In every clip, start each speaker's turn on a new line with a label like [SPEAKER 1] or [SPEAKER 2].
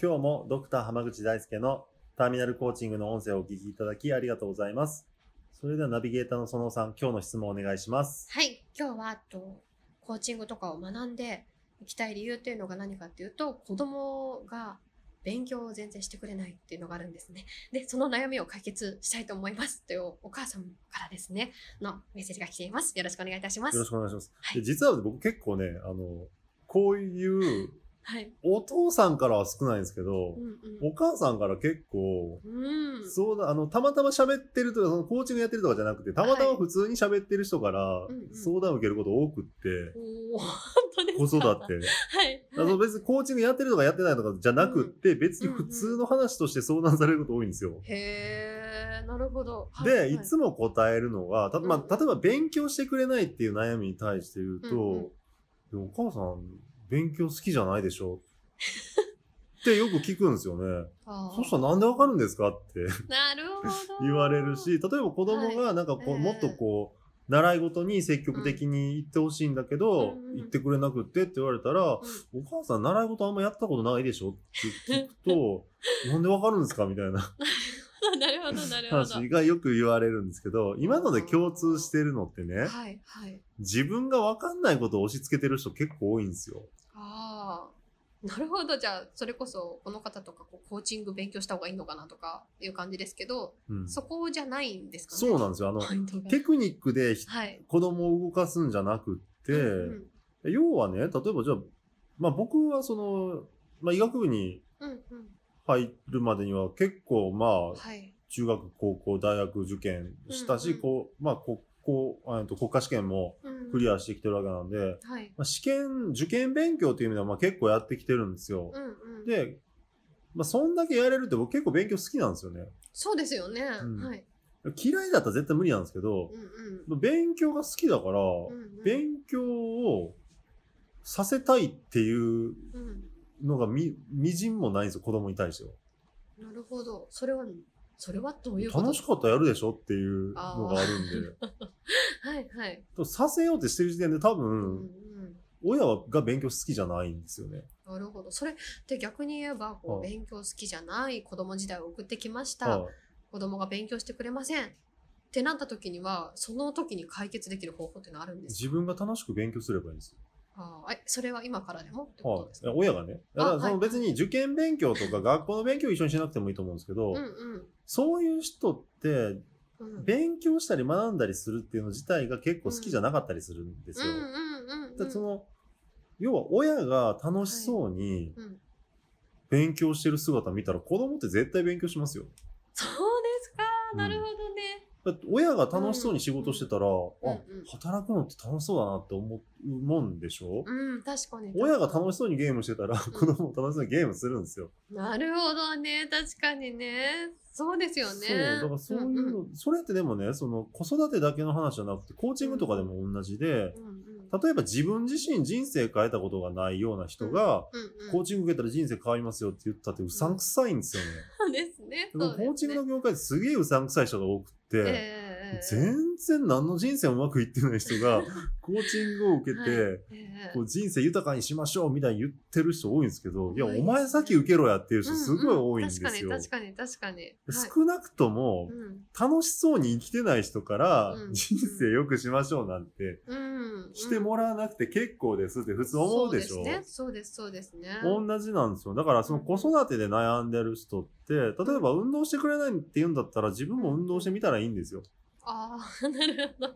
[SPEAKER 1] 今日もドクター濱口大輔のターミナルコーチングの音声をお聞きいただきありがとうございます。それではナビゲーターのそのさん、今日の質問をお願いします。
[SPEAKER 2] はい、今日はあとコーチングとかを学んでいきたい理由っていうのが何かっていうと子供が勉強を全然してくれないっていうのがあるんですね。で、その悩みを解決したいと思いますというお母さんからですね、のメッセージが来ています。よろしくお願いいたします。
[SPEAKER 1] よろしくお願いします。
[SPEAKER 2] は
[SPEAKER 1] で
[SPEAKER 2] い
[SPEAKER 1] 実は僕結構ね、あの、こういう
[SPEAKER 2] はい。
[SPEAKER 1] お父さんからは少ないんですけど
[SPEAKER 2] う、ん
[SPEAKER 1] お母さんから結構、
[SPEAKER 2] うん。うん。
[SPEAKER 1] そうだ、あの、たまたま喋ってるとか、そのコーチングやってるとかじゃなくて、たまたま普通に喋ってる人から
[SPEAKER 2] いうんうん
[SPEAKER 1] 相談を受けること多くって、
[SPEAKER 2] おー本当で
[SPEAKER 1] 子
[SPEAKER 2] す
[SPEAKER 1] 育
[SPEAKER 2] か
[SPEAKER 1] て。
[SPEAKER 2] はい。
[SPEAKER 1] あの別にコーチングやってるとかやってないとかじゃなくって、別に普通の話として相談されること多いんですよ。
[SPEAKER 2] へー、なるほど。はいは
[SPEAKER 1] で、いつも答えるのが、たま
[SPEAKER 2] うん
[SPEAKER 1] あ、例えば勉強してくれないっていう悩みに対して言うと、
[SPEAKER 2] うん
[SPEAKER 1] でもお母さん、勉強好きじゃないでしょってよく聞くんですよね。
[SPEAKER 2] あー
[SPEAKER 1] そしたらなんでわかるんですかって
[SPEAKER 2] なるほど。
[SPEAKER 1] 言われるし、例えば子供がなんかこう、
[SPEAKER 2] ええ
[SPEAKER 1] もっとこう、習い事に積極的に行ってほしいんだけど、
[SPEAKER 2] うんうん
[SPEAKER 1] 行ってくれなくってって言われたら、お母さん習い事あんまやったことないでしょって聞く と、なんでわかるんですかみたいな。
[SPEAKER 2] うん。 なるほど、なるほど。
[SPEAKER 1] 話がよく言われるんですけど、今ので共通してるのってね、
[SPEAKER 2] はい、はい。
[SPEAKER 1] 自分がわかんないことを押し付けてる人結構多いんですよ。
[SPEAKER 2] ああ、 なるほど。じゃあ、それこそ、この方とか、こう、コーチング勉強した方がいいのかなとか、いう感じですけど、
[SPEAKER 1] うん、
[SPEAKER 2] そこじゃないんですかね。
[SPEAKER 1] そうなん
[SPEAKER 2] ん
[SPEAKER 1] ですよ。あの、
[SPEAKER 2] ポイントが
[SPEAKER 1] テクニックでひ
[SPEAKER 2] はい。
[SPEAKER 1] 子供を動かすんじゃなくって、
[SPEAKER 2] うん
[SPEAKER 1] 要はね、例えばじゃあ、まあ僕はその、まあ医学部に
[SPEAKER 2] うんうん。
[SPEAKER 1] 入るまでには結構まあ、
[SPEAKER 2] はい。
[SPEAKER 1] 中学、高校、大学受験したし、
[SPEAKER 2] うんうん
[SPEAKER 1] こう、まあ国校、えっと国家試験もクリ
[SPEAKER 2] ア。
[SPEAKER 1] アしてきてるわけなんで、
[SPEAKER 2] はい。
[SPEAKER 1] まあ、試験、受験勉強という意味ではまあ結構やってきてるんですよ。
[SPEAKER 2] うんうん。
[SPEAKER 1] で、まあ、そんだけやれるって僕結構勉強好きなんですよね。
[SPEAKER 2] そうですよね。
[SPEAKER 1] ん
[SPEAKER 2] はい。
[SPEAKER 1] 嫌いだったら絶対無理なんですけど
[SPEAKER 2] う、んうん。
[SPEAKER 1] まあ勉強が好きだから、
[SPEAKER 2] うんうん
[SPEAKER 1] 勉強をさせたいっていう
[SPEAKER 2] うん。
[SPEAKER 1] のがみ、みじんもないんですよ、子供に対しては。
[SPEAKER 2] なるほど。それは、それはどういうこと
[SPEAKER 1] 楽しかったらやるでしょっていうのがあるん で。だか
[SPEAKER 2] はいはい。
[SPEAKER 1] らさせようってしてる時点で多
[SPEAKER 2] うん
[SPEAKER 1] 分、
[SPEAKER 2] うん。
[SPEAKER 1] 親が勉強好きじゃないんですよね。
[SPEAKER 2] なるほど。それって逆に言えば、こ
[SPEAKER 1] は
[SPEAKER 2] う、
[SPEAKER 1] い
[SPEAKER 2] 勉強好きじゃない子供時代を送ってきました。
[SPEAKER 1] はい
[SPEAKER 2] 子供が勉強してくれませんってなった時にはその時に解決できる方法ってのあるんです
[SPEAKER 1] 自分が楽しく勉強すればいいんですよ。
[SPEAKER 2] かあえそれは今からでもってこと
[SPEAKER 1] は
[SPEAKER 2] です
[SPEAKER 1] い、
[SPEAKER 2] か、
[SPEAKER 1] 親がね。だから
[SPEAKER 2] あ
[SPEAKER 1] そ
[SPEAKER 2] は
[SPEAKER 1] の
[SPEAKER 2] い
[SPEAKER 1] 別に受験勉強と か学校の勉強を一緒にしなくてもいいと思うんですけど、
[SPEAKER 2] うんうん
[SPEAKER 1] そういう人って
[SPEAKER 2] うん
[SPEAKER 1] 勉強したり学んだりするっていうの自体が結構好きじゃなかったりするんです
[SPEAKER 2] う
[SPEAKER 1] よ。
[SPEAKER 2] んうんうんう
[SPEAKER 1] だ
[SPEAKER 2] ん
[SPEAKER 1] その要は親が楽しそうに
[SPEAKER 2] うん
[SPEAKER 1] 勉強してる姿見たら子供って絶対勉強しますよ。
[SPEAKER 2] そうですか
[SPEAKER 1] うん
[SPEAKER 2] なるほどね、
[SPEAKER 1] だって親が楽しそうに仕事してたら、
[SPEAKER 2] ん
[SPEAKER 1] あ
[SPEAKER 2] うん
[SPEAKER 1] 働くのって楽しそうだなって思うもんでしょ、
[SPEAKER 2] うん、確かに
[SPEAKER 1] 親が楽しそうにゲームしてたら
[SPEAKER 2] ん
[SPEAKER 1] 子供も楽しそうにゲームするんですよ。
[SPEAKER 2] なるほどね確かにねそうですよね
[SPEAKER 1] そう、だからそういうの、それってでもね、その子育てだけの話じゃなくて、コーチングとかでも同じで、
[SPEAKER 2] うんうんうん
[SPEAKER 1] 例えば自分自身人生変えたことがないような人が、
[SPEAKER 2] うんうん
[SPEAKER 1] コーチング受けたら人生変わりますよって言ったってうさんくさいんですよね。
[SPEAKER 2] そうですね
[SPEAKER 1] で
[SPEAKER 2] そ
[SPEAKER 1] も
[SPEAKER 2] うですね
[SPEAKER 1] コーチングの業界ってすげえうさんくさい人が多くって、
[SPEAKER 2] ええええ
[SPEAKER 1] 全然何の人生もうまくいってない人 が、コーチングを受けて、
[SPEAKER 2] ええ
[SPEAKER 1] こう人生豊かにしましょうみたいに言ってる人多いんですけど、いや、
[SPEAKER 2] 多いです
[SPEAKER 1] お
[SPEAKER 2] ね
[SPEAKER 1] 前先受けろやっていう
[SPEAKER 2] う
[SPEAKER 1] 人
[SPEAKER 2] ん
[SPEAKER 1] すごい多いんですよ。
[SPEAKER 2] うん確かに確かに確かに、はい
[SPEAKER 1] 少なくとも、
[SPEAKER 2] うん
[SPEAKER 1] 楽しそうに生きてない人から
[SPEAKER 2] うん
[SPEAKER 1] 人生良くしましょうなんて
[SPEAKER 2] うんうん、
[SPEAKER 1] してもらわなくて結構ですって普通思うでしょ、
[SPEAKER 2] そうですね、そうです、そうですね。
[SPEAKER 1] 同じなんですよ。だからその子育てで悩んでる人って、例えば運動してくれないって言うんだったら自分も運動してみたらいいんですよ。
[SPEAKER 2] ああ、 なるほど。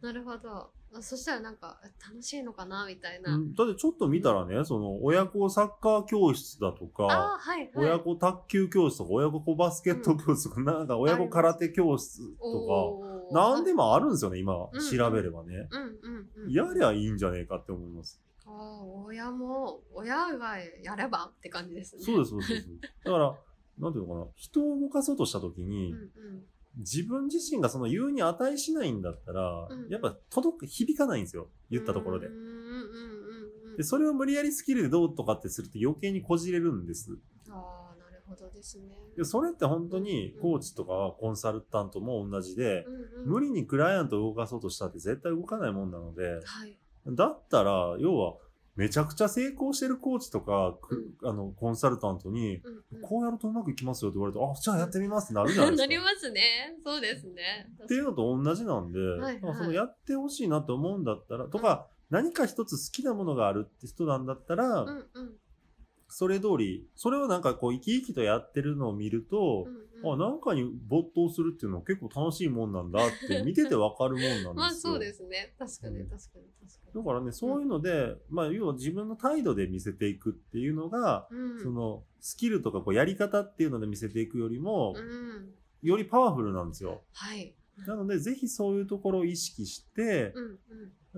[SPEAKER 2] なるほど。あそしたらなんか、楽しいのかなみたいな。
[SPEAKER 1] うんだってちょっと見たらね、その親子サッカー教室だと
[SPEAKER 2] あ
[SPEAKER 1] か、
[SPEAKER 2] あ、はい、はい。
[SPEAKER 1] 親子卓球教室とか、親子バスケット教室とか、なんか親子空手教室と
[SPEAKER 2] おー
[SPEAKER 1] か、なんでもあるんですよね、今
[SPEAKER 2] うん
[SPEAKER 1] 調べればね。
[SPEAKER 2] うんうんうん。
[SPEAKER 1] やりゃいいんじゃねえかって思います。
[SPEAKER 2] ああ、親も親がやればって感じですね。
[SPEAKER 1] そうです、そうです。そうですだから、なんていうのかな、人を動かそうとしたときに、
[SPEAKER 2] うんうん
[SPEAKER 1] 自分自身がその言うに値しないんだったら、
[SPEAKER 2] うん
[SPEAKER 1] やっぱ届く、響かないんですよ。言ったところで
[SPEAKER 2] うん。うんうんうん
[SPEAKER 1] で、それを無理やりスキルでどうとかってすると余計にこじれるんです。
[SPEAKER 2] ああなるほどですね。
[SPEAKER 1] で、それって本当にコーチとかコンサルタントも同じで、
[SPEAKER 2] うんうん
[SPEAKER 1] 無理にクライアントを動かそうとしたって絶対動かないもんなので、
[SPEAKER 2] はい。
[SPEAKER 1] だったら、要は、めちゃくちゃ成功してるコーチとか、くあの、コンサルタントに、
[SPEAKER 2] うんうん
[SPEAKER 1] こうやるとうまくいきますよって言われて、あ、じゃあやってみますってなるじゃないで
[SPEAKER 2] な
[SPEAKER 1] す
[SPEAKER 2] り
[SPEAKER 1] か。
[SPEAKER 2] ますね。そうですね。
[SPEAKER 1] っていうのと同じなんで、
[SPEAKER 2] いはい
[SPEAKER 1] まあそのやってほしいなと思うんだったら、とか、何か一つ好きなものがあるって人なんだったら、
[SPEAKER 2] うんうん
[SPEAKER 1] それ通り、それをなんかこう生き生きとやってるのを見ると
[SPEAKER 2] う、んうん
[SPEAKER 1] あ、なんかに没頭するっていうのは結構楽しいもんなんだって見ててわかるもんなんですよ。
[SPEAKER 2] まあそうですね。確かに
[SPEAKER 1] うん
[SPEAKER 2] 確かに確か
[SPEAKER 1] だ
[SPEAKER 2] に。
[SPEAKER 1] からね、そういうので、まあ要は自分の態度で見せていくっていうのが、
[SPEAKER 2] うん
[SPEAKER 1] そのスキルとかこうやり方っていうので見せていくよりも、
[SPEAKER 2] うん
[SPEAKER 1] よりパワフルなんですよ。
[SPEAKER 2] はい。
[SPEAKER 1] なので、ぜひそういうところを意識して、
[SPEAKER 2] うんうん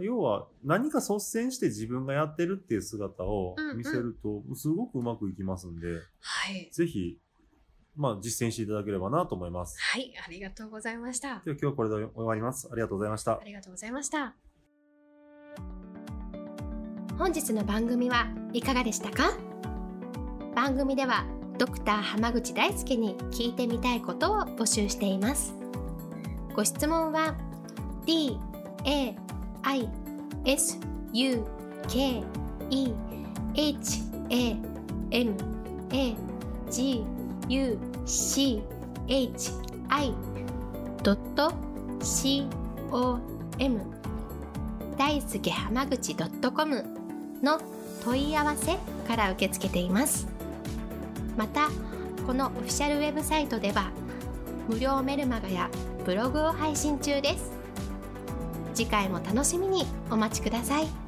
[SPEAKER 1] 要は何か率先して自分がやってるっていう姿を
[SPEAKER 2] うんうん
[SPEAKER 1] 見せると、すごくうまくいきますんで、
[SPEAKER 2] はい。
[SPEAKER 1] ぜひ、まあ実践していただければなと思います。
[SPEAKER 2] はい、ありがとうございました。
[SPEAKER 1] では今日はこれで終わります。ありがとうございました
[SPEAKER 2] あ。りがとうございました。
[SPEAKER 3] 本日の番組はいかがでしたか番組ではドクター濱口大輔に聞いてみたいことを募集していますご質問は d a i s u k e h a m a g u c h i c o m 大輔濱口 .com の問い合わせから受け付けていますまたこのオフィシャルウェブサイトでは無料メルマガやブログを配信中です次回も楽しみにお待ちください